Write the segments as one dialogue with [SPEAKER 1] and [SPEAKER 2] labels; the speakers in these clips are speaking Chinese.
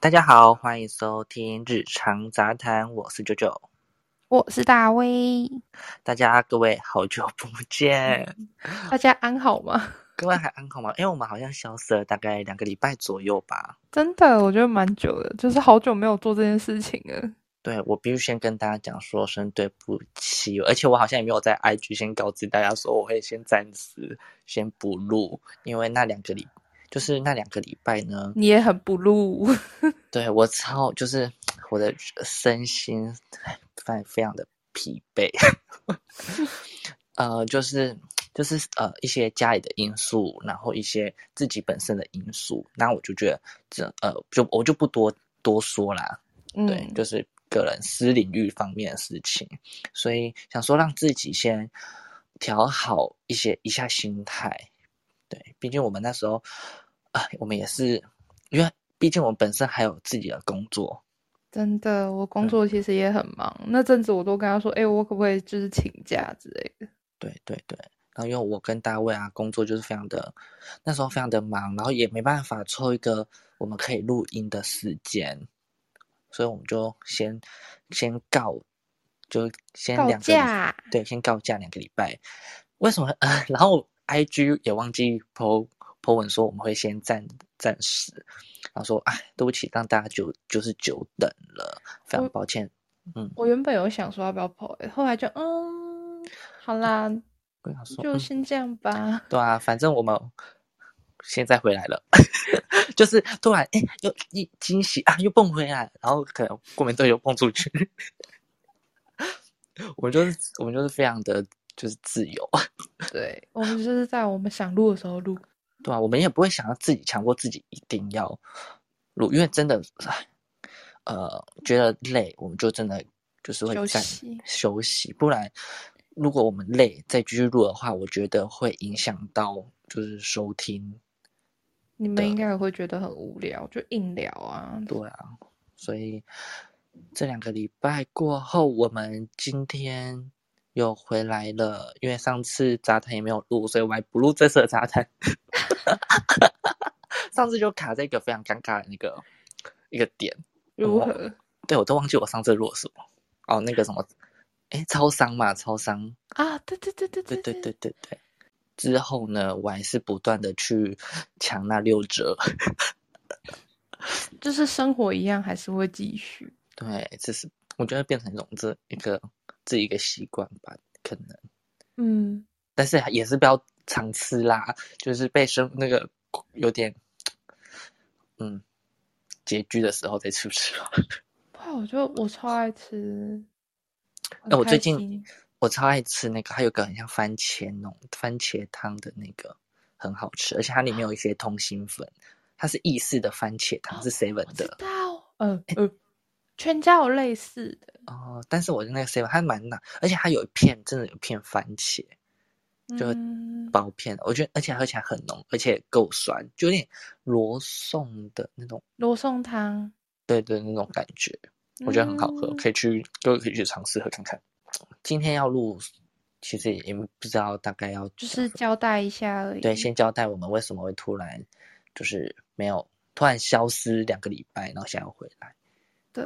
[SPEAKER 1] 大家好，欢迎收听《日常杂谈》，我是九九。
[SPEAKER 2] 我是大 威，
[SPEAKER 1] 大家各位好久不见，
[SPEAKER 2] 大家安好吗？
[SPEAKER 1] 各位还安好吗？因为我们好像消失了大概两个礼拜左右吧。
[SPEAKER 2] 真的，我觉得蛮久的，就是好久没有做这件事情了。
[SPEAKER 1] 对我必须先跟大家讲说声对不起，哦而且我好像也没有在 IG 先告知大家说我会先暂时先不录，因为那两个礼就是那两个礼拜呢，
[SPEAKER 2] 你也很不露，
[SPEAKER 1] 对我超就是我的身心非非常的疲惫， 呃，就是就是呃一些家里的因素，然后一些自己本身的因素，那我就觉得这呃就我就不多多说啦，对，
[SPEAKER 2] 嗯，
[SPEAKER 1] 就是个人私领域方面的事情，所以想说让自己先调好一些一下心态，对，毕竟我们那时候啊、我们也是因为毕竟我们本身还有自己的工作，
[SPEAKER 2] 真的，我工作其实也很忙，那阵子我都跟他说，哎、我可不可以就是请假之类的？
[SPEAKER 1] 对对对。然后因为我跟大卫啊，工作就是非常的，那时候非常的忙，然后也没办法抽一个我们可以录音的时间，所以我们就先先告，就先
[SPEAKER 2] 告
[SPEAKER 1] 两个礼
[SPEAKER 2] 假，
[SPEAKER 1] 对，先告假两个礼拜。为什么？ 呃，然后 IG 也忘记 po po 文说我们会先暂暂时，然后说哎，对不起，让大家久就是久等了，非常
[SPEAKER 2] 我
[SPEAKER 1] 抱歉。嗯，
[SPEAKER 2] 我原本有想说要不要跑、诶后来就嗯，好啦，
[SPEAKER 1] 我想 说，
[SPEAKER 2] 就
[SPEAKER 1] 嗯，
[SPEAKER 2] 先这样吧。
[SPEAKER 1] 对啊，反正我们现在回来了， 就是突然哎、又一惊喜啊，又蹦回来，然后可能过门队又蹦出去。 我们就是我们就是非常的就是自由，
[SPEAKER 2] 对，我们就是在我们想录的时候 录，
[SPEAKER 1] 对啊，我们也不会想要自己强迫自己一定要录，因为真的，唉呃，觉得累，我们就真的就是会
[SPEAKER 2] 休
[SPEAKER 1] 暂
[SPEAKER 2] 息
[SPEAKER 1] 休息，不然如果我们累再继续录的话，我觉得会影响到就是收听，
[SPEAKER 2] 你们应该也会觉得很无聊，就硬聊啊。
[SPEAKER 1] 啊对啊，所以这两个礼拜过后，我们今天又回来了，因为上次杂谈也没有录，所以我还不录这次的杂谈。 上次就卡在一个非常尴尬的那个一个点，
[SPEAKER 2] 如
[SPEAKER 1] 哦
[SPEAKER 2] 何？
[SPEAKER 1] 对我都忘记我上次录了什么哦，那个什么，哎，超商嘛，超商，
[SPEAKER 2] 啊，对对对对
[SPEAKER 1] 对对
[SPEAKER 2] 对
[SPEAKER 1] 对对对。之后呢，我还是不断的去抢那六折，
[SPEAKER 2] 就是生活一样还是会继续。
[SPEAKER 1] 对，这是我觉得变成一种这一个这一个习惯吧，可能，
[SPEAKER 2] 嗯，
[SPEAKER 1] 但是也是不要常吃啦，就是被生那个有点，嗯，拮据的时候再出去吧。
[SPEAKER 2] 哇，我觉得我超爱吃。
[SPEAKER 1] 哎、我
[SPEAKER 2] 很
[SPEAKER 1] 最
[SPEAKER 2] 开
[SPEAKER 1] 近
[SPEAKER 2] 心
[SPEAKER 1] 我超爱吃那个，还有个很像番茄浓番茄汤的那个，很好吃，而且它里面有一些通心粉，它是意式的番茄汤，是 seven
[SPEAKER 2] 哦我知
[SPEAKER 1] 的哎
[SPEAKER 2] 道，呃呃，全家有类似的，
[SPEAKER 1] 哦。但是我的那个 seven 它蛮难，而且它有一片真的有一片番茄就
[SPEAKER 2] 嗯，
[SPEAKER 1] 薄片，我觉得而且喝起来很浓，而且够酸，就有点罗宋的那种，
[SPEAKER 2] 罗宋汤，
[SPEAKER 1] 对对那种感觉，我觉得很好喝，
[SPEAKER 2] 嗯
[SPEAKER 1] 可以去各位可以去尝试喝看看。今天要录，其实也不知道大概要
[SPEAKER 2] 就是交代一下而已。
[SPEAKER 1] 对，先交代我们为什么会突然就是没有突然消失两个礼拜，然后现在又回来。
[SPEAKER 2] 对，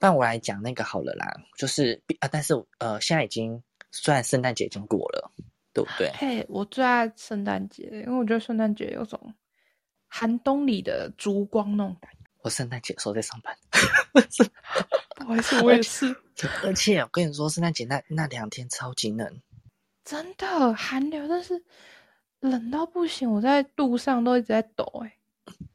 [SPEAKER 1] 那我来讲那个好了啦，就是啊，但是呃，现在已经虽然圣诞节已经过了，对不对？
[SPEAKER 2] 嘿，我最爱圣诞节，因为我觉得圣诞节有种寒冬里的烛光那种感觉。
[SPEAKER 1] 我圣诞节的时候在上班，
[SPEAKER 2] 不好意思，我也是，
[SPEAKER 1] 而且我跟你说，圣诞节那那两天超级冷，
[SPEAKER 2] 真的寒流，但是冷到不行，我在路上都一直在抖、哎。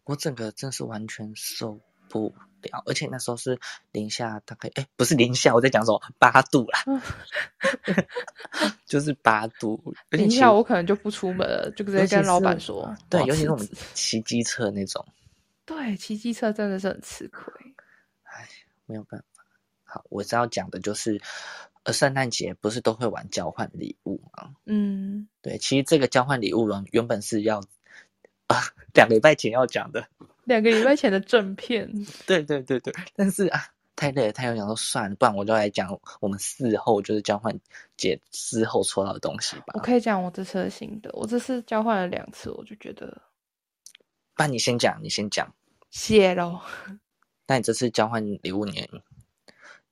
[SPEAKER 1] 我整个真是完全受不了，而且那时候是零下大概哎，不是零下，我在讲什么八度 啦，
[SPEAKER 2] 嗯
[SPEAKER 1] 就是八度，而且
[SPEAKER 2] 等一
[SPEAKER 1] 其
[SPEAKER 2] 下，
[SPEAKER 1] 实
[SPEAKER 2] 我可能就不出门了，就直接
[SPEAKER 1] 尤其
[SPEAKER 2] 跟老
[SPEAKER 1] 是
[SPEAKER 2] 板说。
[SPEAKER 1] 对，
[SPEAKER 2] 我
[SPEAKER 1] 尤
[SPEAKER 2] 要
[SPEAKER 1] 其
[SPEAKER 2] 辞
[SPEAKER 1] 是我们
[SPEAKER 2] 职
[SPEAKER 1] 骑机车那种，
[SPEAKER 2] 对骑机车真的是很吃亏。
[SPEAKER 1] 唉，没有办法。好，我是要讲的就是，呃，圣诞节不是都会玩交换礼物吗？
[SPEAKER 2] 嗯，
[SPEAKER 1] 对，其实这个交换礼物原原本是要啊、两个礼拜前要讲的，
[SPEAKER 2] 两个礼拜前的正片，
[SPEAKER 1] 对对对对，但是啊。太累了，太累了，想说算了，不然我就来讲我们事后就是交换节之后抽到的东西吧
[SPEAKER 2] 我。可以讲我这次的心得。我这次交换了两次，我就觉得
[SPEAKER 1] 不然你先讲，你先讲。
[SPEAKER 2] 谢喽。
[SPEAKER 1] 那你这次交换礼物你，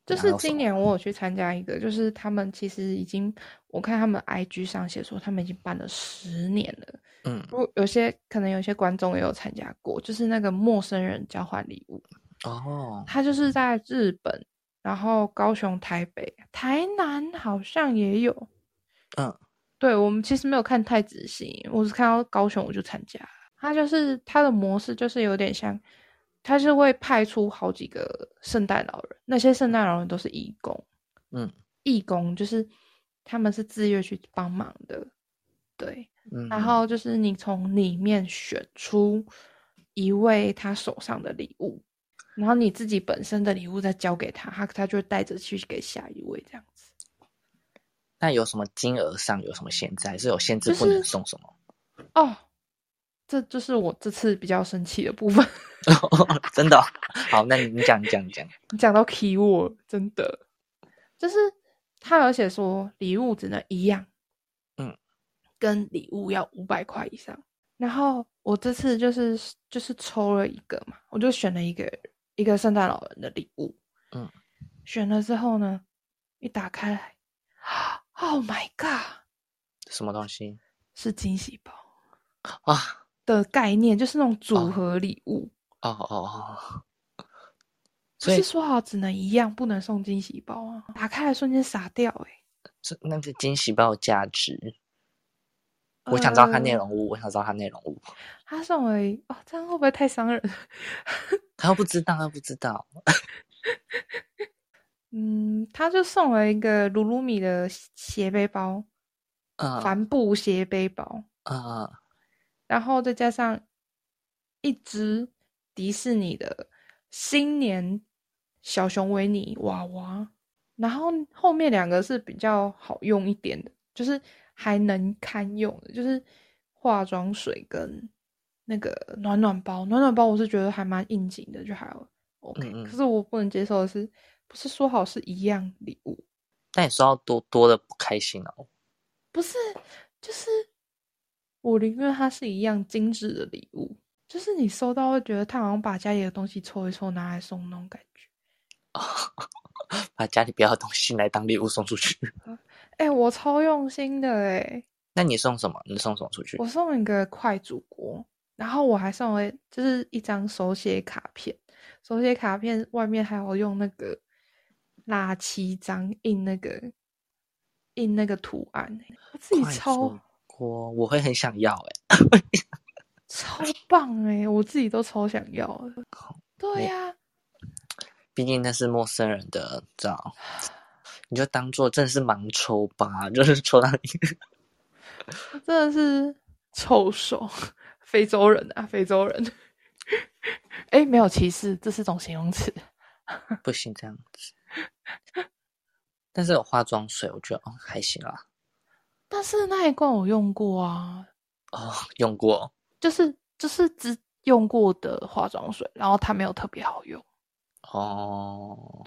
[SPEAKER 2] 就是今年我有去参加一个，就是他们其实已经，我看他们 IG 上写说他们已经办了十年了。
[SPEAKER 1] 嗯
[SPEAKER 2] 如有些可能有些观众也有参加过，就是那个陌生人交换礼物，
[SPEAKER 1] 哦，
[SPEAKER 2] 他就是在日本，然后高雄、台北、台南好像也有。
[SPEAKER 1] 嗯
[SPEAKER 2] 对我们其实没有看太仔细，我是看到高雄我就参加。它就是它的模式，就是有点像，它是会派出好几个圣诞老人，那些圣诞老人都是义工，
[SPEAKER 1] 嗯
[SPEAKER 2] 义工就是他们是自愿去帮忙的，对。
[SPEAKER 1] 嗯，
[SPEAKER 2] 然后就是你从里面选出一位他手上的礼物，然后你自己本身的礼物再交给他，他他就会带着去给下一位这样子。
[SPEAKER 1] 那有什么金额上有什么限制，还是有限制
[SPEAKER 2] 就是
[SPEAKER 1] 不能送什么？
[SPEAKER 2] 哦，这就是我这次比较生气的部分。
[SPEAKER 1] 真的哦、好，那你你讲你讲你讲，
[SPEAKER 2] 你讲到 key word，真的，就是他有写说礼物只能一样，
[SPEAKER 1] 嗯，
[SPEAKER 2] 跟礼物要五百块以上。然后我这次就是就是抽了一个嘛，我就选了一个一个圣诞老人的礼物，
[SPEAKER 1] 嗯，
[SPEAKER 2] 选了之后呢，一打开来，Oh my god，
[SPEAKER 1] 什么东西
[SPEAKER 2] 是惊喜包
[SPEAKER 1] 啊？
[SPEAKER 2] 的概念，就是那种组
[SPEAKER 1] 哦
[SPEAKER 2] 合礼物。
[SPEAKER 1] 哦哦哦，
[SPEAKER 2] 不
[SPEAKER 1] 所以
[SPEAKER 2] 是说好只能一样，不能送惊喜包啊！打开来瞬间傻掉、欸，
[SPEAKER 1] 这那个惊喜包有价值，我想知道它内
[SPEAKER 2] 呃
[SPEAKER 1] 容物，我想知道它内容物，
[SPEAKER 2] 他送了一哦，这样会不会太伤人？
[SPEAKER 1] 他又不知道，他又不知道，
[SPEAKER 2] 嗯，他就送了一个鲁鲁米的斜背包，
[SPEAKER 1] 嗯
[SPEAKER 2] 帆布斜背包，
[SPEAKER 1] 嗯
[SPEAKER 2] 然后再加上一只迪士尼的新年小熊维尼娃娃，然后后面两个是比较好用一点的，就是还能堪用的，就是化妆水跟那个暖暖包。暖暖包我是觉得还蛮应景的，就还 OK。
[SPEAKER 1] 嗯嗯
[SPEAKER 2] 可是我不能接受的是，不是说好是一样礼物？
[SPEAKER 1] 但你收到多多的不开心哦。
[SPEAKER 2] 不是，就是我宁愿它是一样精致的礼物，就是你收到会觉得他好像把家里的东西抽一抽拿来送那种感觉。
[SPEAKER 1] 把家里不要的东西来当礼物送出去。
[SPEAKER 2] 哎、我超用心的哎、
[SPEAKER 1] 那你送什么？你送什么出去
[SPEAKER 2] 我？送一个快煮锅，然后我还送了就是一张手写卡片，手写卡片外面还有用那个拉七张印那个印那个图案、欸，我自己
[SPEAKER 1] 快
[SPEAKER 2] 超
[SPEAKER 1] 速锅，我会很想要哎、
[SPEAKER 2] 超棒哎、我自己都超想要的。对
[SPEAKER 1] 我
[SPEAKER 2] 呀、
[SPEAKER 1] 毕竟那是陌生人的照，你就当做真的是盲抽吧，就是抽到你。
[SPEAKER 2] 我真的是臭手，非洲人啊，非洲人。 哎、没有歧视，这是种形容词。
[SPEAKER 1] 不行这样子。但是有化妆水，我觉得哦还行啦。
[SPEAKER 2] 但是那一罐我用过啊，
[SPEAKER 1] 哦，用过
[SPEAKER 2] 就是就是只用过的化妆水，然后它没有特别好用
[SPEAKER 1] 哦，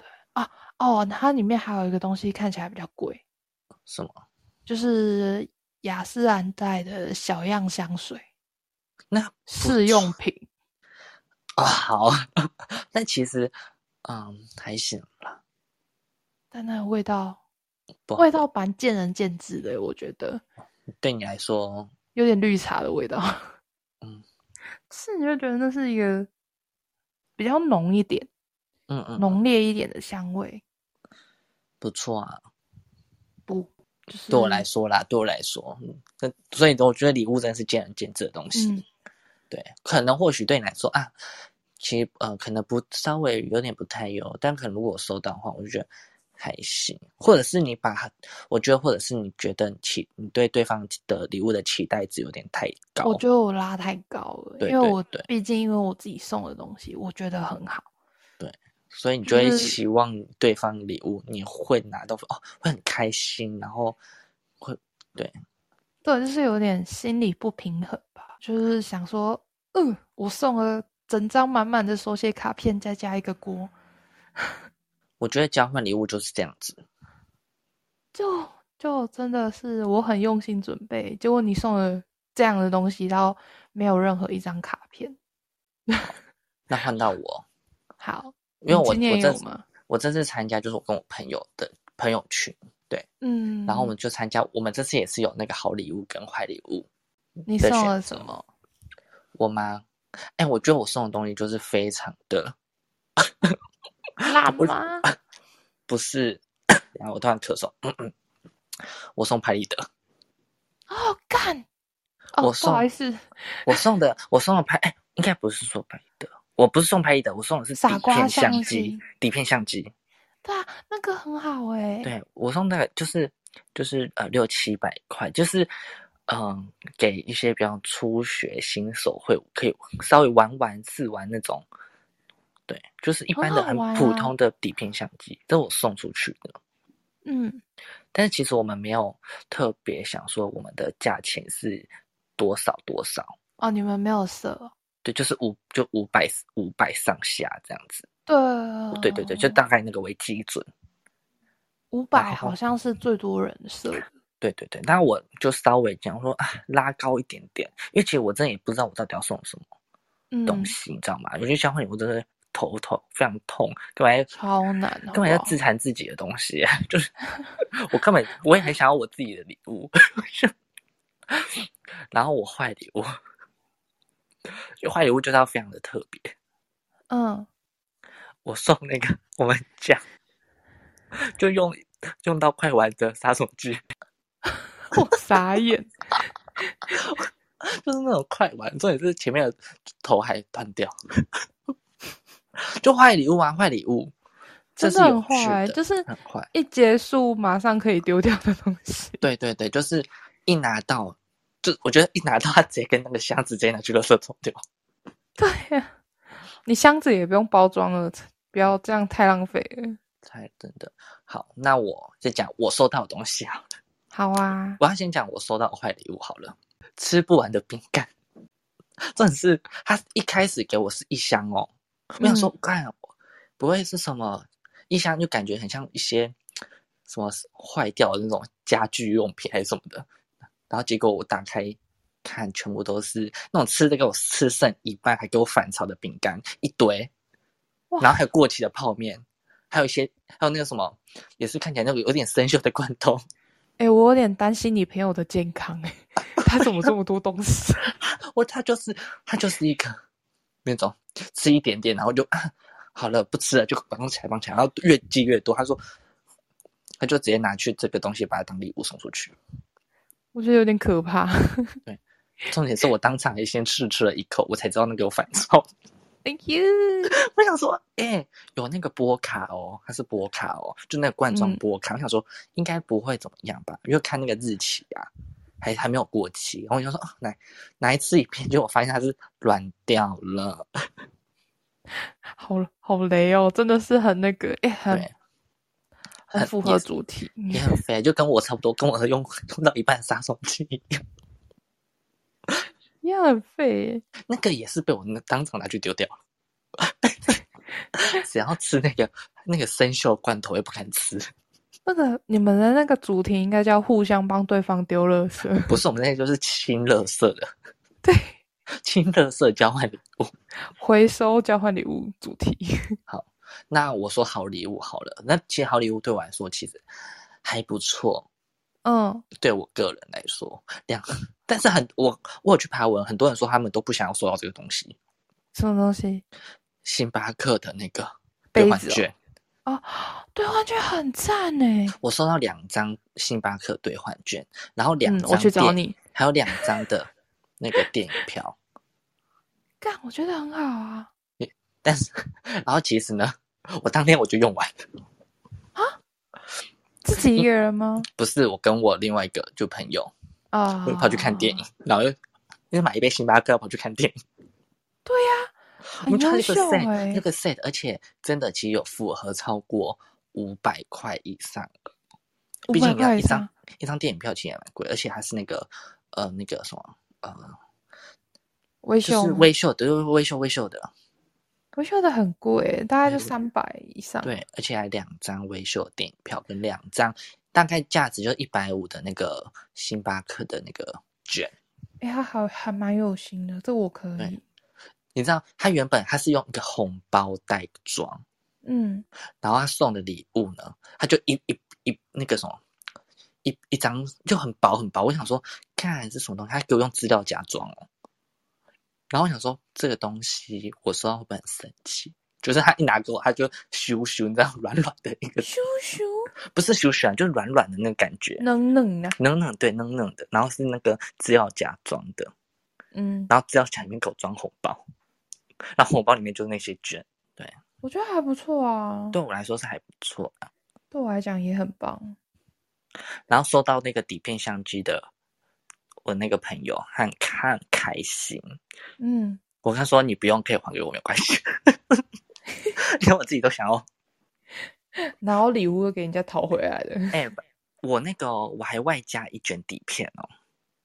[SPEAKER 2] 哦。它里面还有一个东西看起来比较贵，
[SPEAKER 1] 什么？
[SPEAKER 2] 就是雅诗兰黛的小样香水
[SPEAKER 1] 那
[SPEAKER 2] 试用品。
[SPEAKER 1] 哦好， 但其实嗯还行啦，
[SPEAKER 2] 但那个味道，
[SPEAKER 1] 不好
[SPEAKER 2] 味道蛮见仁见智的，我觉得
[SPEAKER 1] 对你来说
[SPEAKER 2] 有点绿茶的味道。
[SPEAKER 1] 嗯
[SPEAKER 2] 是你就觉得那是一个比较浓一点、
[SPEAKER 1] 嗯嗯
[SPEAKER 2] 浓烈一点的香味，
[SPEAKER 1] 不错啊。
[SPEAKER 2] 不就是
[SPEAKER 1] 对我来说啦，对我来说，嗯，那所以我觉得礼物真的是见仁见智的东西。
[SPEAKER 2] 嗯，
[SPEAKER 1] 对，可能或许对你来说啊，其实呃，可能不稍微有点不太有，但可能如果我收到的话，我就觉得还行。或者是你把它，我觉得，或者是你觉得你期你对对方的礼物的期待值有点太高。
[SPEAKER 2] 我觉得我拉太高了，
[SPEAKER 1] 对
[SPEAKER 2] 因为
[SPEAKER 1] 对
[SPEAKER 2] 我
[SPEAKER 1] 对
[SPEAKER 2] 毕竟因为我自己送的东西，我觉得很好。
[SPEAKER 1] 所以你
[SPEAKER 2] 就
[SPEAKER 1] 就会
[SPEAKER 2] 是
[SPEAKER 1] 期望对方礼物你会拿到哦，会很开心，然后会对，
[SPEAKER 2] 对，就是有点心理不平衡吧，就是想说，嗯，我送了整张满满的手写卡片，再加一个锅，
[SPEAKER 1] 我觉得交换礼物就是这样子。
[SPEAKER 2] 就就真的是我很用心准备，结果你送了这样的东西，然后没有任何一张卡片。
[SPEAKER 1] 那换到我，
[SPEAKER 2] 好，
[SPEAKER 1] 因为我
[SPEAKER 2] 你今年
[SPEAKER 1] 我
[SPEAKER 2] 有
[SPEAKER 1] 这
[SPEAKER 2] 吗？
[SPEAKER 1] 我这次参加就是我跟我朋友的朋友群，
[SPEAKER 2] 嗯，
[SPEAKER 1] 然后我们就参加，我们这次也是有那个好礼物跟坏礼物。
[SPEAKER 2] 你
[SPEAKER 1] 的
[SPEAKER 2] 送
[SPEAKER 1] 选
[SPEAKER 2] 了
[SPEAKER 1] 择
[SPEAKER 2] 什么？
[SPEAKER 1] 我妈，哎，我觉得我送的东西就是非常的
[SPEAKER 2] 辣
[SPEAKER 1] 我
[SPEAKER 2] 吗？
[SPEAKER 1] 不是， 然后我突然咳嗽， 我送拍立得，
[SPEAKER 2] 哦，干！哦，
[SPEAKER 1] 我
[SPEAKER 2] 不好
[SPEAKER 1] 送
[SPEAKER 2] 意思，
[SPEAKER 1] 我送的我送的拍，哎，应该不是说拍立得，我不是送拍立得，我送的是
[SPEAKER 2] 傻
[SPEAKER 1] 底
[SPEAKER 2] 瓜
[SPEAKER 1] 片
[SPEAKER 2] 相
[SPEAKER 1] 相
[SPEAKER 2] 机
[SPEAKER 1] 机，底片相机，
[SPEAKER 2] 对啊，那个很好哎、
[SPEAKER 1] 对我送那个就是就是呃六七百块，就是嗯给一些比较初学新手会可以稍微玩玩试玩那种，对，就是一
[SPEAKER 2] 很
[SPEAKER 1] 般的
[SPEAKER 2] 好
[SPEAKER 1] 很
[SPEAKER 2] 玩
[SPEAKER 1] 普
[SPEAKER 2] 啊
[SPEAKER 1] 通的底片相机，这我送出去的。
[SPEAKER 2] 嗯，
[SPEAKER 1] 但是其实我们没有特别想说我们的价钱是多少多少，
[SPEAKER 2] 哦，你们没有色，
[SPEAKER 1] 对，就是五就五百五百上下这样子，
[SPEAKER 2] 对，
[SPEAKER 1] 哦
[SPEAKER 2] 啊
[SPEAKER 1] 对对
[SPEAKER 2] 哦
[SPEAKER 1] 对，就大概那个为基准。
[SPEAKER 2] 五
[SPEAKER 1] 然
[SPEAKER 2] 百
[SPEAKER 1] 后
[SPEAKER 2] 好像是最多人设的，
[SPEAKER 1] 对对对，那我就稍微讲说啊，拉高一点点，因为其实我真的也不知道我到底要送什么
[SPEAKER 2] 嗯，
[SPEAKER 1] 东西，你知道吗？我觉得交换礼物真的头头非常痛，干嘛要
[SPEAKER 2] 超难好
[SPEAKER 1] 干嘛
[SPEAKER 2] 不
[SPEAKER 1] 要
[SPEAKER 2] 好
[SPEAKER 1] 自残自己的东西、啊？ 就是我根本我也很想要我自己的礼物， 然后我坏礼物，就坏礼物就是要非常的特别。
[SPEAKER 2] 嗯，
[SPEAKER 1] 我送那个我们家 就用用到快完的杀虫剂，
[SPEAKER 2] 我傻眼，
[SPEAKER 1] 就是那种快完，重点是前面的头还断掉，就坏礼物啊，坏礼物，这
[SPEAKER 2] 真
[SPEAKER 1] 是
[SPEAKER 2] 的
[SPEAKER 1] 有
[SPEAKER 2] 很
[SPEAKER 1] 趣
[SPEAKER 2] 坏、欸就是
[SPEAKER 1] 很坏。
[SPEAKER 2] 一结束马上可以丢掉的东西，
[SPEAKER 1] 对对对，就是一拿到，就我觉得一拿到，他直接跟那个箱子直接拿去垃圾桶丢。
[SPEAKER 2] 对呀、你箱子也不用包装了，不要这样太浪费了。
[SPEAKER 1] 才真的好，那我就讲我收到的东西啊，
[SPEAKER 2] 好啊，
[SPEAKER 1] 我要先讲我收到的坏礼物好了，吃不完的饼干。重点是他一开始给我是一箱哦，我想说，干、不会是什么一箱就感觉很像一些什么坏掉的那种家居用品还是什么的，然后结果我打开看，全部都是那种吃的给我吃剩一半，还给我反潮的饼干一堆，
[SPEAKER 2] 哇
[SPEAKER 1] 然后还有过期的泡面，还有一些还有那个什么，也是看起来那个有点生锈的罐头，
[SPEAKER 2] 哎、我有点担心你朋友的健康、欸，哎， 他怎么这么多东西？
[SPEAKER 1] 我它就是它就是一个那种吃一点点，然后就、啊、好了，不吃了就绑起来绑起来，然后越积越多。他说，他就直接拿去这个东西，把它当礼物送出去。
[SPEAKER 2] 我觉得有点可怕。
[SPEAKER 1] 重点是我当场也先试吃了一口，我才知道那个有反超。
[SPEAKER 2] Thank you。
[SPEAKER 1] 我想说，哎、有那个波卡哦，它是波卡哦，就那个罐装
[SPEAKER 2] 嗯
[SPEAKER 1] 波卡。我想说，应该不会怎么样吧，因为看那个日期啊，还还没有过期。然后我就说，啊，来来吃一片，结果我发现它是软掉了。
[SPEAKER 2] 好好雷哦，真的是很那个，哎、
[SPEAKER 1] 对
[SPEAKER 2] 很，很
[SPEAKER 1] 很
[SPEAKER 2] 符
[SPEAKER 1] 也
[SPEAKER 2] 合
[SPEAKER 1] 是
[SPEAKER 2] 主题。嗯
[SPEAKER 1] 也很肥，就跟我差不多，跟我用用到一半的杀虫剂一样，
[SPEAKER 2] 也很废欸耶，
[SPEAKER 1] 那个也是被我那当场拿去丢掉了。 只要吃那个那个生锈罐头，也不敢吃。
[SPEAKER 2] 那个你们的那个主题应该叫互相帮对方丢垃圾。
[SPEAKER 1] 不是我们那些就是清垃圾的，
[SPEAKER 2] 对，
[SPEAKER 1] 清垃圾交换礼物。
[SPEAKER 2] 回收交换礼物主题。
[SPEAKER 1] 那我说好礼物好了，那其实好礼物对我来说其实还不错，
[SPEAKER 2] 嗯，
[SPEAKER 1] 对我个人来说两，但是很我我有去爬文，很多人说他们都不想要收到这个东西，
[SPEAKER 2] 什么东西？
[SPEAKER 1] 星巴克的那个
[SPEAKER 2] 杯
[SPEAKER 1] 兑换
[SPEAKER 2] 子哦
[SPEAKER 1] 券。
[SPEAKER 2] 哦，兑换券很赞欸呢。
[SPEAKER 1] 我收到两张星巴克兑换券，然后两
[SPEAKER 2] 嗯，
[SPEAKER 1] 张、
[SPEAKER 2] 我去找，你。
[SPEAKER 1] 还有两张的那个电影票。
[SPEAKER 2] 干，我觉得很好啊。
[SPEAKER 1] 但是，然后其实呢，我当天我就用完了，
[SPEAKER 2] 自己一个人吗？
[SPEAKER 1] 不是我跟我另外一个就朋友，
[SPEAKER 2] 啊、
[SPEAKER 1] 我跑去看电影，然后又因为买一杯星巴克跑去看电影，
[SPEAKER 2] 对呀、
[SPEAKER 1] 我们
[SPEAKER 2] 很
[SPEAKER 1] 就那个
[SPEAKER 2] 优秀
[SPEAKER 1] set
[SPEAKER 2] 哎、
[SPEAKER 1] 那个 set，而且真的其实有符合超过五百块以上，毕
[SPEAKER 2] 500
[SPEAKER 1] 竟你要
[SPEAKER 2] 块
[SPEAKER 1] 一
[SPEAKER 2] 以上
[SPEAKER 1] 张一张电影票其实也蛮贵，而且还是那个呃那个什么呃
[SPEAKER 2] 维
[SPEAKER 1] 就
[SPEAKER 2] 修
[SPEAKER 1] 是
[SPEAKER 2] 吗，
[SPEAKER 1] 微秀的，就是微秀微秀的。
[SPEAKER 2] 维修的很贵欸，大概就
[SPEAKER 1] 对
[SPEAKER 2] 三百以上。
[SPEAKER 1] 嗯对，而且还两张维秀电影票跟两张大概价值就一百五的那个星巴克的那个券。
[SPEAKER 2] 哎、他还还蛮有心的，这我可
[SPEAKER 1] 对
[SPEAKER 2] 以。
[SPEAKER 1] 你知道，他原本他是用一个红包袋装，
[SPEAKER 2] 嗯，
[SPEAKER 1] 然后他送的礼物呢，他就一一一那个什么，一一张就很薄很薄。我想说，看是什么东西，他给我用资料夹装哦。然后我想说，这个东西我收到会不会很生气？就是他一拿给我，他就咻咻，你知道软软的一个，
[SPEAKER 2] 咻咻，
[SPEAKER 1] 不是咻咻啊，就是软软的那个感觉，
[SPEAKER 2] 冷冷啊的，
[SPEAKER 1] 冷冷对冷冷的，然后是那个资料夹装的，
[SPEAKER 2] 嗯，
[SPEAKER 1] 然后资料夹里面给我装红包，然后红包里面就是那些卷，
[SPEAKER 2] 我觉得还不错啊，
[SPEAKER 1] 对我来说是还不错啊。
[SPEAKER 2] 对我来讲也很棒。
[SPEAKER 1] 然后收到那个底片相机的，我那个朋友他很他很开心，
[SPEAKER 2] 嗯，
[SPEAKER 1] 我跟他说你不用，可以还给我没有关系， 连我自己都想要。
[SPEAKER 2] 然后礼物又给人家讨回来 的。
[SPEAKER 1] 哎、我那个哦、我还外加一卷底片哦，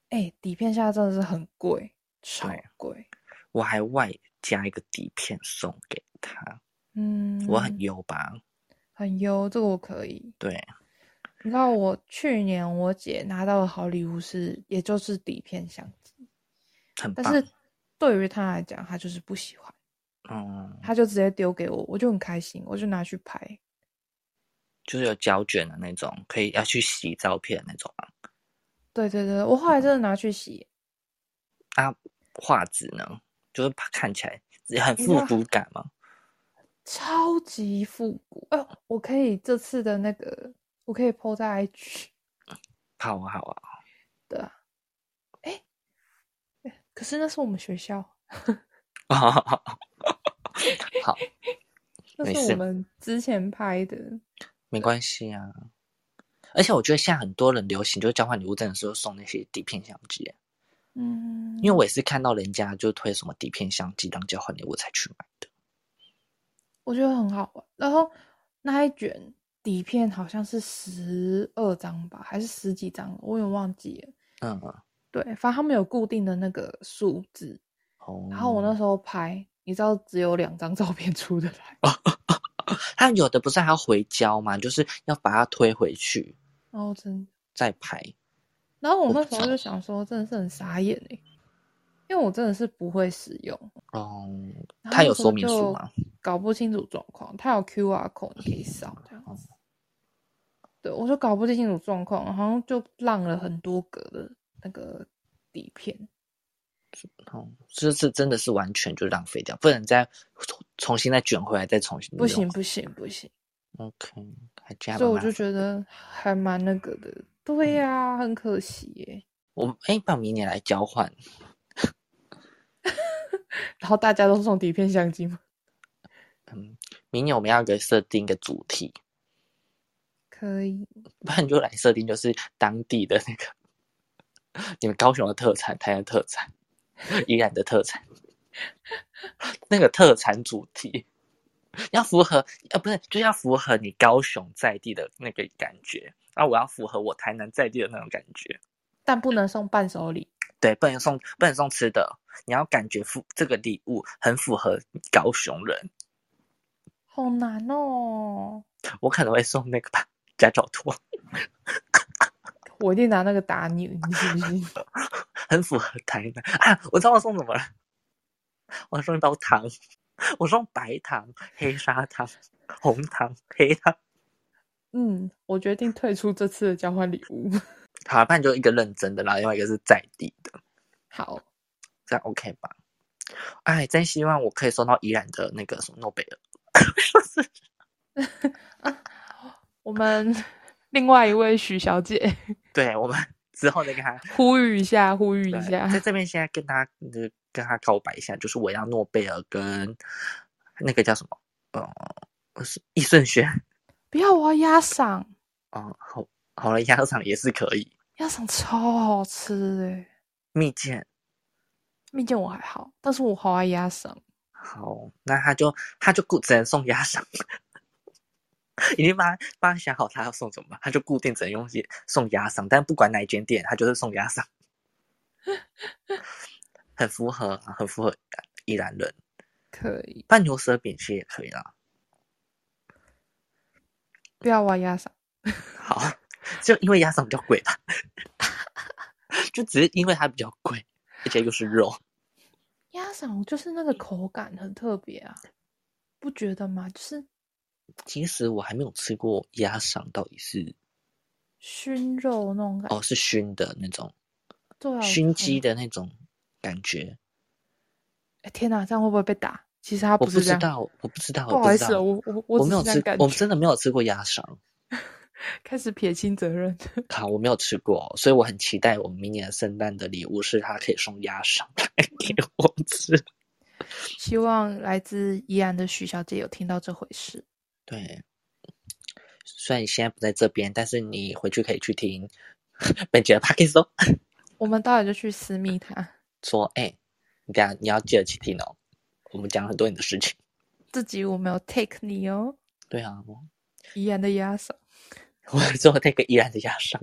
[SPEAKER 2] 哎、底片现在真的是很贵，超
[SPEAKER 1] 对啊
[SPEAKER 2] 贵。
[SPEAKER 1] 我还外加一个底片送给他，
[SPEAKER 2] 嗯，
[SPEAKER 1] 我很优吧？
[SPEAKER 2] 很优，这个我可以。
[SPEAKER 1] 对，
[SPEAKER 2] 你知道我去年我姐拿到的好礼物是，也就是底片相机，
[SPEAKER 1] 很
[SPEAKER 2] 但
[SPEAKER 1] 棒。
[SPEAKER 2] 是对于她来讲，她就是不喜欢，
[SPEAKER 1] 嗯，
[SPEAKER 2] 她就直接丢给我，我就很开心，我就拿去拍。
[SPEAKER 1] 就是有胶卷的那种，可以要去洗照片那种啊。
[SPEAKER 2] 对对对，我后来真的拿去洗，
[SPEAKER 1] 啊，画质呢，就是看起来很
[SPEAKER 2] 你
[SPEAKER 1] 复
[SPEAKER 2] 知道
[SPEAKER 1] 古感嘛。
[SPEAKER 2] 超级复古。哎、呦，我可以这次的那个，我可以 PO 在 IG
[SPEAKER 1] 好啊，好啊。
[SPEAKER 2] 的啊。哎、哎 可是那是我们学校，
[SPEAKER 1] 好，
[SPEAKER 2] 那
[SPEAKER 1] 没
[SPEAKER 2] 是
[SPEAKER 1] 事嗯
[SPEAKER 2] 我们之前拍的。
[SPEAKER 1] 没关系啊。而且我觉得现在很多人流行就是交换礼物，真的是会送那些底片相机耶，
[SPEAKER 2] 嗯，
[SPEAKER 1] 因为我也是看到人家就推什么底片相机当交换礼物才去买的。
[SPEAKER 2] 我觉得很好玩。然后那一卷底片好像是十二张吧，还是十几张，我有点忘记了。
[SPEAKER 1] 嗯，
[SPEAKER 2] 对，反正他们有固定的那个数字。
[SPEAKER 1] 哦。
[SPEAKER 2] 然后我那时候拍，你知道只有两张照片出得来。
[SPEAKER 1] 哦他有的不是还要回胶嘛，就是要把它推回去
[SPEAKER 2] 然后真，
[SPEAKER 1] 再拍。
[SPEAKER 2] 然后我
[SPEAKER 1] 我
[SPEAKER 2] 那
[SPEAKER 1] 不
[SPEAKER 2] 时候
[SPEAKER 1] 知
[SPEAKER 2] 就
[SPEAKER 1] 道
[SPEAKER 2] 想说，真的是很傻眼哎、因为我真的是不会使用。
[SPEAKER 1] 哦、
[SPEAKER 2] 然后
[SPEAKER 1] 他有
[SPEAKER 2] 那时
[SPEAKER 1] 说
[SPEAKER 2] 候
[SPEAKER 1] 明书
[SPEAKER 2] 就
[SPEAKER 1] 吗？
[SPEAKER 2] 搞不清楚状况，他有 QR code 你可以扫这样子。对，我就搞不清楚状况，然后就浪了很多格的那个底片。
[SPEAKER 1] 哦、这是真的是完全就浪费掉，不能再重重新再卷回来，再重新
[SPEAKER 2] 不
[SPEAKER 1] 用
[SPEAKER 2] 行。不行不行，
[SPEAKER 1] OK，还这样。
[SPEAKER 2] 所以我就觉得还蛮那个的。
[SPEAKER 1] 嗯
[SPEAKER 2] 对呀、很可惜耶。
[SPEAKER 1] 我们哎，把明年来交换，
[SPEAKER 2] 然后大家都送底片相机吗？
[SPEAKER 1] 嗯，明年我们要给设定一个主题，
[SPEAKER 2] 可以，
[SPEAKER 1] 不然就来设定就是当地的那个 你们高雄的特产、台南的特产、宜兰的特产，那个特产主题要符合呃，不是就要符合你高雄在地的那个感觉，啊，我要符合我台南在地的那种感觉。
[SPEAKER 2] 但不能送伴手礼。
[SPEAKER 1] 对，不能送不能送吃的，你要感觉符这个礼物很符合高雄人，
[SPEAKER 2] 好难哦！
[SPEAKER 1] 我可能会送那个吧，夹脚拖。
[SPEAKER 2] 我一定拿那个打你，你信不信？
[SPEAKER 1] 很符合台南啊！我知道我送什么了，我送一包糖，我送白糖、黑砂糖、红糖、黑糖。
[SPEAKER 2] 嗯，我决定退出这次的交换礼物。
[SPEAKER 1] 好，那你就一个认真的，然后另外一个是在地的，
[SPEAKER 2] 好，
[SPEAKER 1] 这样 OK 吧？哎，真希望我可以收到宜兰的那个什么诺贝尔。
[SPEAKER 2] 我们 另外一位许小姐
[SPEAKER 1] 对我们 之后再跟他
[SPEAKER 2] 呼吁一下，呼吁一
[SPEAKER 1] 对
[SPEAKER 2] 下。
[SPEAKER 1] 在这边现在跟他呃跟他告白一下，就是我要诺贝尔跟那个叫什么呃是易顺轩
[SPEAKER 2] 不要，我要鸭嗓，
[SPEAKER 1] 啊、哦好好了，鸭场也是可以，
[SPEAKER 2] 鸭嗓超好吃诶。
[SPEAKER 1] 蜜饯。
[SPEAKER 2] 蜜饯我还好，但是我好爱鸭嗓。
[SPEAKER 1] 好，那他就他就固只能送鸭嗓， 已经帮他帮他想好他要送什么，他就固定只能用些送鸭嗓，但不管哪一间店，他就是送鸭嗓， 很符合啊，很符合宜兰人，
[SPEAKER 2] 可以，
[SPEAKER 1] 半牛舌饼其实也可以啦。
[SPEAKER 2] 不要挖鸭嗓。
[SPEAKER 1] 好，就因为鸭嗓比较 贵吧，就只是因为它比较贵，而且又是肉，
[SPEAKER 2] 鸭赏就是那个口感很特别啊，不觉得吗？就是
[SPEAKER 1] 其实我还没有吃过鸭赏，到底是
[SPEAKER 2] 熏肉那种感觉，
[SPEAKER 1] 哦是熏的那种，
[SPEAKER 2] 对啊，
[SPEAKER 1] 熏鸡
[SPEAKER 2] 的。
[SPEAKER 1] 的那种感觉。
[SPEAKER 2] 哎天哪，这样会不会被打？其实它
[SPEAKER 1] 我不
[SPEAKER 2] 是这
[SPEAKER 1] 知
[SPEAKER 2] 样，
[SPEAKER 1] 道，我不知道，
[SPEAKER 2] 不
[SPEAKER 1] 我
[SPEAKER 2] 好意
[SPEAKER 1] 知
[SPEAKER 2] 思
[SPEAKER 1] 道
[SPEAKER 2] 哦，我我
[SPEAKER 1] 我
[SPEAKER 2] 只
[SPEAKER 1] 没有
[SPEAKER 2] 是这样
[SPEAKER 1] 吃，
[SPEAKER 2] 感
[SPEAKER 1] 我
[SPEAKER 2] 觉
[SPEAKER 1] 真的没有吃过鸭赏，
[SPEAKER 2] 开始撇清责任。
[SPEAKER 1] 好，我没有吃过，所以我很期待我明年圣诞的礼物是他可以送鸭赏来
[SPEAKER 2] 嗯
[SPEAKER 1] 给我吃。
[SPEAKER 2] 希望来自宜兰的许小姐有听到这回事。
[SPEAKER 1] 对，虽然你现在不在这边，但是你回去可以去听 本节的 p a c k a g e 哦。
[SPEAKER 2] 我们待会就去私密她，
[SPEAKER 1] 说，哎、你等一下你要记得去听哦，我们讲很多你的事情。
[SPEAKER 2] 自己我没有 take 你哦，
[SPEAKER 1] 对啊，我
[SPEAKER 2] 宜兰的鸭嗓。
[SPEAKER 1] 我做那个依然的压伤。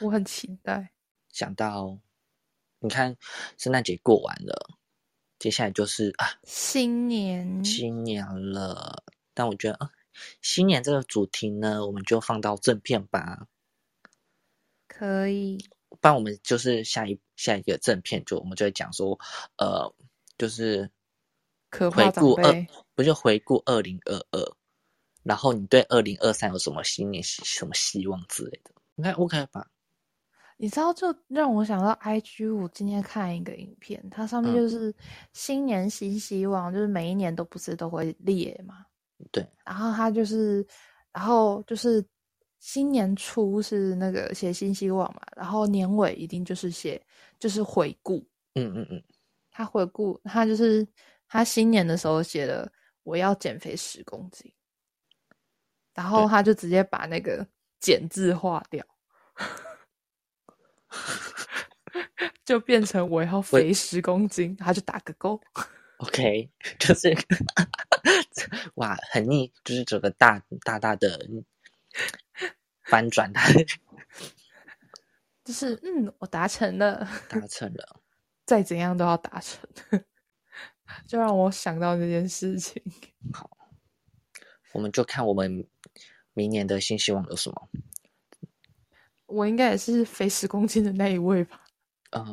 [SPEAKER 2] 我很期待。
[SPEAKER 1] 想到，你看圣诞节过完了，接下来就是啊
[SPEAKER 2] 新年
[SPEAKER 1] 新年了。但我觉得，啊，新年这个主题呢，我们就放到正片吧。
[SPEAKER 2] 可以，
[SPEAKER 1] 不然我们就是下一下一个正片就，我们就会讲说，呃，就是
[SPEAKER 2] 可怕
[SPEAKER 1] 回
[SPEAKER 2] 长
[SPEAKER 1] 顾
[SPEAKER 2] 辈
[SPEAKER 1] 二，不就回顾二零二二，然后你对二零二三有什么新年什么希望之类的？应该 OK 吧？
[SPEAKER 2] 你知道，就让我想到 IG，我今天看一个影片，它上面
[SPEAKER 1] 嗯
[SPEAKER 2] 就是新年新希望，就是每一年都不是都会列嘛，
[SPEAKER 1] 嗯对，
[SPEAKER 2] 然后它就是，然后就是新年初是那个写新希望嘛，然后年尾一定就是写就是回顾，
[SPEAKER 1] 嗯嗯嗯，
[SPEAKER 2] 他回顾他就是他新年的时候写了我要减肥十公斤，然后
[SPEAKER 1] 对
[SPEAKER 2] 他就直接把那个“减”字划掉，就变成我要肥十公斤，他就打个勾。
[SPEAKER 1] OK，就是 哇，很逆，就是整个大大大的翻转，它
[SPEAKER 2] 就是嗯，我达成了，
[SPEAKER 1] 达成了。
[SPEAKER 2] 再怎样都要达成，就让我想到这件事情。
[SPEAKER 1] 我们就看我们明年的新希望有什么。
[SPEAKER 2] 我应该也是肥十公斤的那一位吧？
[SPEAKER 1] 呃，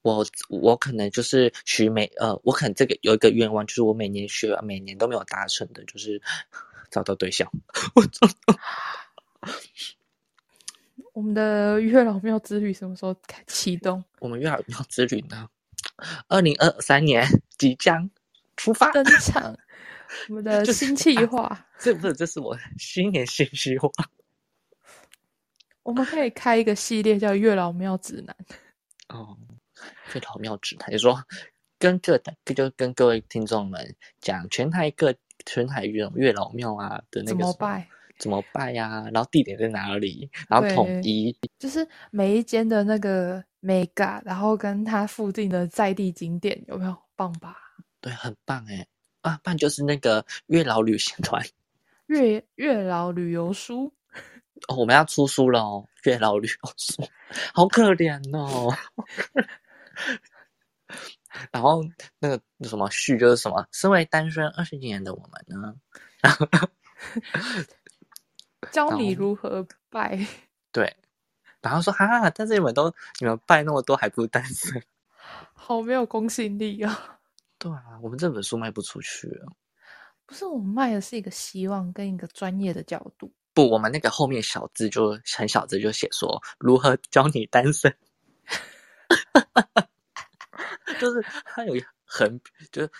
[SPEAKER 1] 我我可能就是许每呃，我可能这个有一个愿望，就是我每年许每年都没有达成的，就是找到对象。
[SPEAKER 2] 我们的月老庙之旅什么时候开启动？
[SPEAKER 1] 我们月老庙之旅呢，二零二三年即将出发。
[SPEAKER 2] 登场，我们的
[SPEAKER 1] 就是啊
[SPEAKER 2] 新计划，
[SPEAKER 1] 这不是，这是我新年新希望。
[SPEAKER 2] 我们可以开一个系列叫《月老庙指南》。
[SPEAKER 1] 哦，月老庙指南，也说跟各大就跟各位听众们讲，全台各全台月月老庙啊的那个
[SPEAKER 2] 怎么
[SPEAKER 1] 什么
[SPEAKER 2] 拜？
[SPEAKER 1] 怎么拜呀、然后地点在哪里，然后统
[SPEAKER 2] 对
[SPEAKER 1] 一，
[SPEAKER 2] 就是每一间的那个 mega，然后跟它附近的在地景点有没有棒吧？
[SPEAKER 1] 对，很棒哎啊，不然就是那个月老旅行团
[SPEAKER 2] 月月老旅游书，
[SPEAKER 1] 哦，我们要出书了哦，月老旅游书，好可怜哦。 然后那个那什么序就是什么，身为单身二十几年的我们呢，
[SPEAKER 2] 教你
[SPEAKER 1] 哦
[SPEAKER 2] 如何拜。
[SPEAKER 1] 对，然后说哈、啊，但是你们都你们拜那么多，还不如单身。
[SPEAKER 2] 好没有公信力啊！
[SPEAKER 1] 对啊，我们这本书卖不出去啊了。
[SPEAKER 2] 不是我们卖的是一个希望跟一个专业的角度，
[SPEAKER 1] 不，我们那个后面小字就很小字就写说如何教你单身， 就是它有一横，就是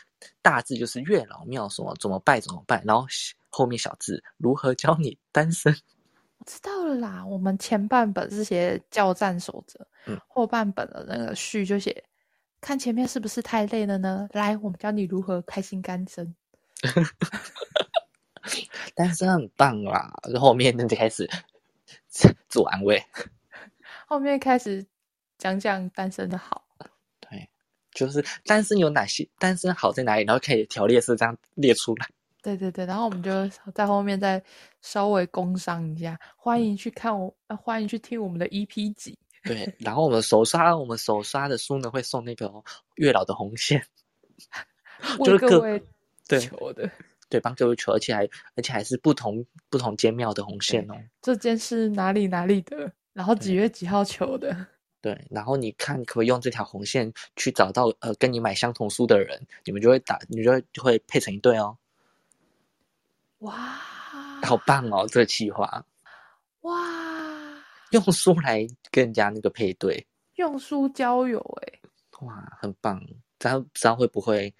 [SPEAKER 1] 大字就是月老庙什么怎么拜怎么拜，然后小后面小字如何教你单身。
[SPEAKER 2] 我知道了啦。我们前半本是写教战守则，
[SPEAKER 1] 嗯
[SPEAKER 2] 后半本的那个序就写看前面是不是太累了呢？来，我们教你如何开心干身。
[SPEAKER 1] 单身很棒啦，然后后面就开始自我安慰。
[SPEAKER 2] 后面开始讲讲单身的好，
[SPEAKER 1] 对，就是单身有哪些，单身好在哪里，然后可以条列式这样列出来。
[SPEAKER 2] 对对对，然后我们就在后面再稍微工商一下，
[SPEAKER 1] 嗯
[SPEAKER 2] 欢迎去看我，呃欢迎去听我们的 EP 集。
[SPEAKER 1] 对，然后我们手刷，我们手刷的书呢会送那个哦月老的红线，啊就是
[SPEAKER 2] 为各
[SPEAKER 1] 各
[SPEAKER 2] 位
[SPEAKER 1] 对
[SPEAKER 2] 求的，
[SPEAKER 1] 对，帮各位求，而且还而且还是不同不同间庙的红线哦。
[SPEAKER 2] 这件是哪里哪里的，然后几
[SPEAKER 1] 对
[SPEAKER 2] 月几号求的，
[SPEAKER 1] 对，然后你看可不可以用这条红线去找到呃跟你买相同书的人，你们就会打，你就会就会配成一对 哦，
[SPEAKER 2] 哇，
[SPEAKER 1] 好棒哦，这个计划
[SPEAKER 2] 哇，
[SPEAKER 1] 用书来跟人家那个配对，
[SPEAKER 2] 用书交友、欸，哎，
[SPEAKER 1] 哇，很棒，知道不知道会不会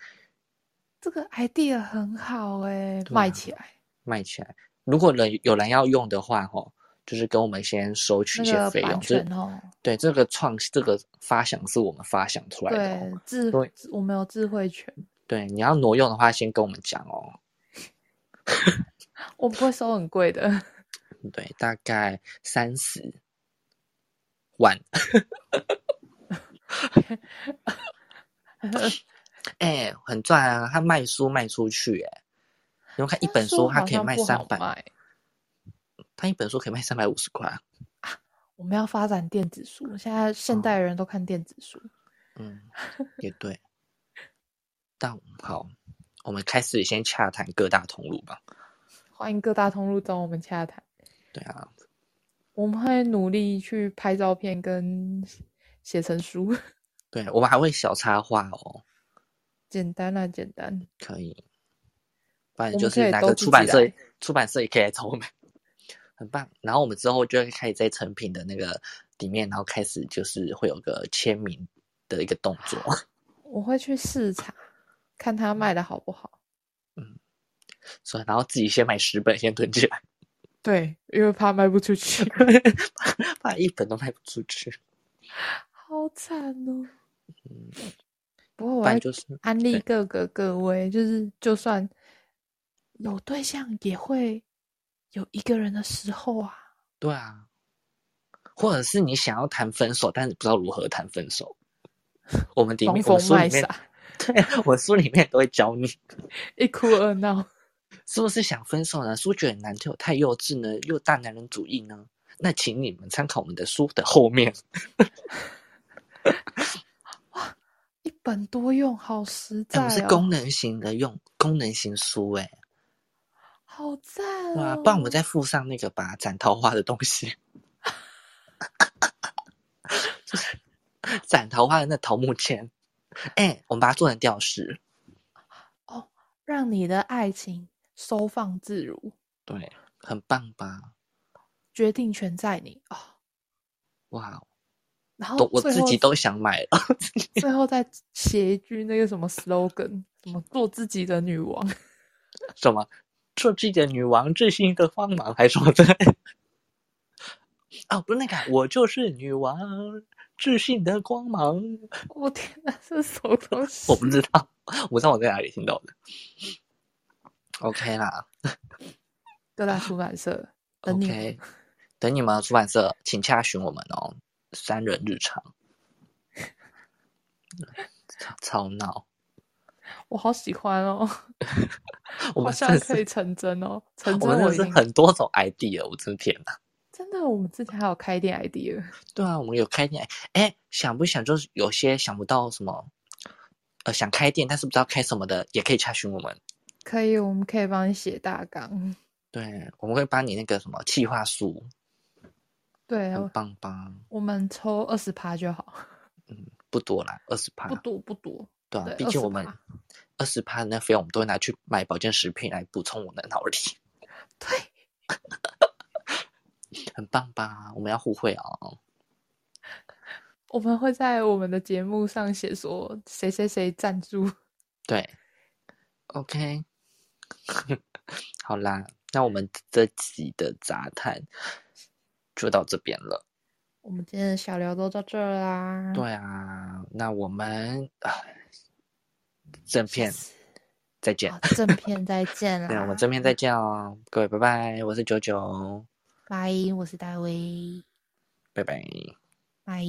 [SPEAKER 2] 这个 idea 很好、欸，哎、
[SPEAKER 1] 对啊
[SPEAKER 2] 卖起来，
[SPEAKER 1] 卖起来？如果人有人要用的话，吼，就是跟我们先收取
[SPEAKER 2] 那
[SPEAKER 1] 一些
[SPEAKER 2] 个
[SPEAKER 1] 费
[SPEAKER 2] 版
[SPEAKER 1] 用，就是
[SPEAKER 2] 权哦，
[SPEAKER 1] 对这个创这个发想是我们发想出来的、哦
[SPEAKER 2] 对，，智
[SPEAKER 1] 对，
[SPEAKER 2] 我们有智慧权，
[SPEAKER 1] 对，你要挪用的话，先跟我们讲哦。
[SPEAKER 2] 我不会收很贵的，
[SPEAKER 1] 对，大概三十万。 哎、很赚啊！他卖书卖出去、哎，你们看 一本书，
[SPEAKER 2] 书
[SPEAKER 1] 它可以
[SPEAKER 2] 好像
[SPEAKER 1] 卖
[SPEAKER 2] 不好
[SPEAKER 1] 三百，
[SPEAKER 2] 卖
[SPEAKER 1] 它一本书可以卖三百五十块啊。
[SPEAKER 2] 我们要发展电子书，现在现
[SPEAKER 1] 哦
[SPEAKER 2] 代人都看电子书，
[SPEAKER 1] 嗯，也对。但好，我们开始先洽谈各大通路吧。
[SPEAKER 2] 欢迎各大通路找我们洽谈。
[SPEAKER 1] 对啊，
[SPEAKER 2] 我们会努力去拍照片跟写成书，
[SPEAKER 1] 对啊我们还会小插画哦，
[SPEAKER 2] 简单啊，简单。
[SPEAKER 1] 可以。不然
[SPEAKER 2] 我们
[SPEAKER 1] 就
[SPEAKER 2] 可
[SPEAKER 1] 是
[SPEAKER 2] 以
[SPEAKER 1] 哪
[SPEAKER 2] 都
[SPEAKER 1] 个
[SPEAKER 2] 自
[SPEAKER 1] 出版
[SPEAKER 2] 己
[SPEAKER 1] 社
[SPEAKER 2] 来，
[SPEAKER 1] 出版社也可以来找我们， 很棒。然后我们之后就会开始在成品的那个里面，然后开始就是会有个签名的一个动作。
[SPEAKER 2] 我会去视察，看他卖的好不好。
[SPEAKER 1] 所以然后自己先买十本，先囤起来，
[SPEAKER 2] 对，因为怕卖不 出去，
[SPEAKER 1] 不然一本都卖不出去。
[SPEAKER 2] 好惨哦。
[SPEAKER 1] 嗯，
[SPEAKER 2] 不过
[SPEAKER 1] 不
[SPEAKER 2] 我要
[SPEAKER 1] 然就是
[SPEAKER 2] 安利
[SPEAKER 1] 对
[SPEAKER 2] 各个各位，就是就算有对象，也会有一个人的时候啊。
[SPEAKER 1] 对啊，或者是你想要谈分手，但是不知道如何谈分手。我们里
[SPEAKER 2] 装
[SPEAKER 1] 面，我
[SPEAKER 2] 疯
[SPEAKER 1] 们书
[SPEAKER 2] 卖
[SPEAKER 1] 里面，
[SPEAKER 2] 傻，
[SPEAKER 1] 对，我书里面都会教你，
[SPEAKER 2] 一哭二闹，
[SPEAKER 1] 是不是想分手呢？是不是觉得很难听，太幼稚呢，又大男人主义呢？那请你们参考我们的书的后面。
[SPEAKER 2] 一本多用，好实
[SPEAKER 1] 哎、
[SPEAKER 2] 在
[SPEAKER 1] 我
[SPEAKER 2] 哦，
[SPEAKER 1] 是功能型的用功能型书、哎，
[SPEAKER 2] 好赞哦。
[SPEAKER 1] 哇，不然我们再附上那个吧，斩桃花的东西，就是 斩桃花的那桃木签。哎、我们把它做成吊饰。
[SPEAKER 2] 让你的爱情收放自如，
[SPEAKER 1] 对，很棒吧？
[SPEAKER 2] 决定权在你哦。
[SPEAKER 1] 哇，
[SPEAKER 2] 然
[SPEAKER 1] 都
[SPEAKER 2] 后
[SPEAKER 1] 我
[SPEAKER 2] 哦最
[SPEAKER 1] 自
[SPEAKER 2] 后
[SPEAKER 1] 己都想买了。
[SPEAKER 2] 最后再写一句那个什么 slogan，什么做自己的女王，
[SPEAKER 1] 什么做自己的女王，自信的光芒，还是什么之类的？ 哦，不是那个，我就是女王，自信的光芒。
[SPEAKER 2] 我天哪，这是什么东西？
[SPEAKER 1] 我不知道，我知道我在哪里听到的。OK 啦
[SPEAKER 2] 各大出版社等你
[SPEAKER 1] ，OK，等你们出版社，请洽询我们哦。三人日常， 吵吵闹，
[SPEAKER 2] 我好喜欢哦，
[SPEAKER 1] 我
[SPEAKER 2] 好
[SPEAKER 1] 们
[SPEAKER 2] 像
[SPEAKER 1] 真
[SPEAKER 2] 可以
[SPEAKER 1] 是，
[SPEAKER 2] 成真哦，
[SPEAKER 1] 我
[SPEAKER 2] 成真
[SPEAKER 1] 们真
[SPEAKER 2] 我
[SPEAKER 1] 的
[SPEAKER 2] 已
[SPEAKER 1] 是
[SPEAKER 2] 经
[SPEAKER 1] 很多种 idea，我真的天哪！
[SPEAKER 2] 真的，我们之前还有开店 idea，
[SPEAKER 1] 对啊，我们有开店，哎，想不想就是有些想不到什么，呃，想开店但是不知道开什么的，也可以查询我们。
[SPEAKER 2] 可以，我们可以帮你写大纲，
[SPEAKER 1] 对，我们会帮你那个什么企划书，
[SPEAKER 2] 对，
[SPEAKER 1] 很棒吧？
[SPEAKER 2] 我们抽二十趴就好，
[SPEAKER 1] 不多啦，二十趴
[SPEAKER 2] 不，多不多，
[SPEAKER 1] 对啊
[SPEAKER 2] 对，
[SPEAKER 1] 毕竟我们
[SPEAKER 2] 20%
[SPEAKER 1] 二十趴那费用我们都会拿去买保健食品来补充我们的脑力，
[SPEAKER 2] 对，
[SPEAKER 1] 很棒吧？我们要互惠哦。
[SPEAKER 2] 我们会在我们的节目上写说谁谁谁赞助，
[SPEAKER 1] 对，OK，好啦，那我们这集的杂谈就到这边了。
[SPEAKER 2] 我们今天的小聊都到这儿啦。
[SPEAKER 1] 对啊，那我们唉正片再见
[SPEAKER 2] 好，，正片再见 啦。
[SPEAKER 1] 对，我们正片再见哦，各位拜拜，我是九九，
[SPEAKER 2] 拜，我是大卫，
[SPEAKER 1] 拜拜。
[SPEAKER 2] 拜。